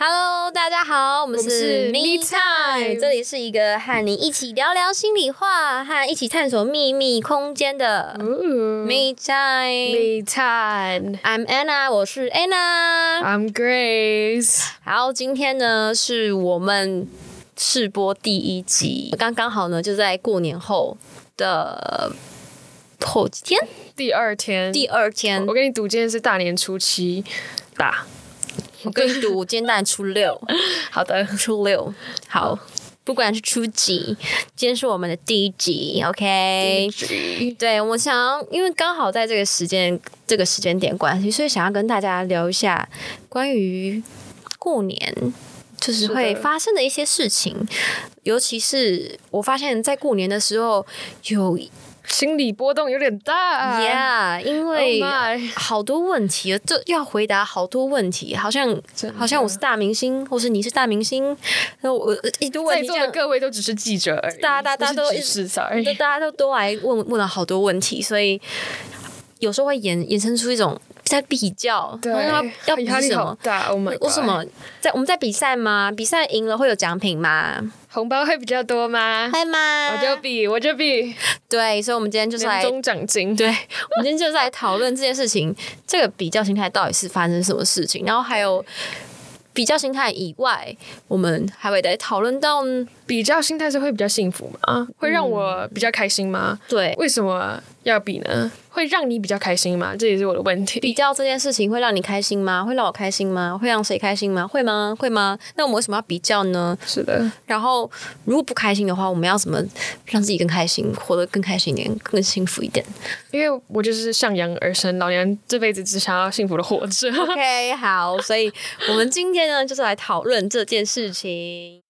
Hello，大家好，我们我们是是 Me Me Time， Time 这里是一个和你一起聊聊心里话，和一起探索秘密空间的 Me Time。嗯 Me time. I'm Anna，我是 Anna。 I'm Grace. 然后今天呢，是我们试播第一集，刚刚好呢，就在过年后的后几天，第二天，第二天我，跟你赌，今天是大年初七打。我跟你赌，今天大概初六。 好的，初六，好，不管是初几，今天是我们的第一集，OK。对，我想要，因为刚好在这个时间这个时间点关系，所以想要跟大家聊一下关于过年，就是的会发生的一些事情，尤其是我发现，在过年的时候有心理波动有点大。 ，Yeah，因啊 Oh 为 my，好多问题，这要回答好多问题，好像真的好像我是大明星，或是你是大明星，那我呃一堆问在题这座的样。各位都只是记者而已，大家大家不都是只是就 sorry。大家都都来问问了好多问题，所以有时候会衍衍生出一种在比较，对哎然后，要要比压力什好么？大。Oh my，为什 god 么在我们在比赛吗？比赛赢了会有奖品吗？红包会比较多吗？会吗？我就比，我就比对，所以我们今天就是年来，终奖金。对，我们今天就是来讨论这件事情，这个比较心态到底是发生什么事情，然后还有。比较心态以外，我们还会来讨论到比较心态是会比较幸福吗？会让我比较开心吗？对为什么要比呢？会让你比较开心吗？这也是我的问题。比较这件事情会让你开心吗？会让我开心吗？会让谁开心吗？会吗？会吗？那我们为什么要比较呢？是的，然后如果不开心的话，我们要怎么让自己更开心，活得更开心一点，更幸福一点因为我就是向阳而生，老娘这辈子只想要幸福的活着。 ？OK，好，所以我们今天呢，就是来讨论这件事情。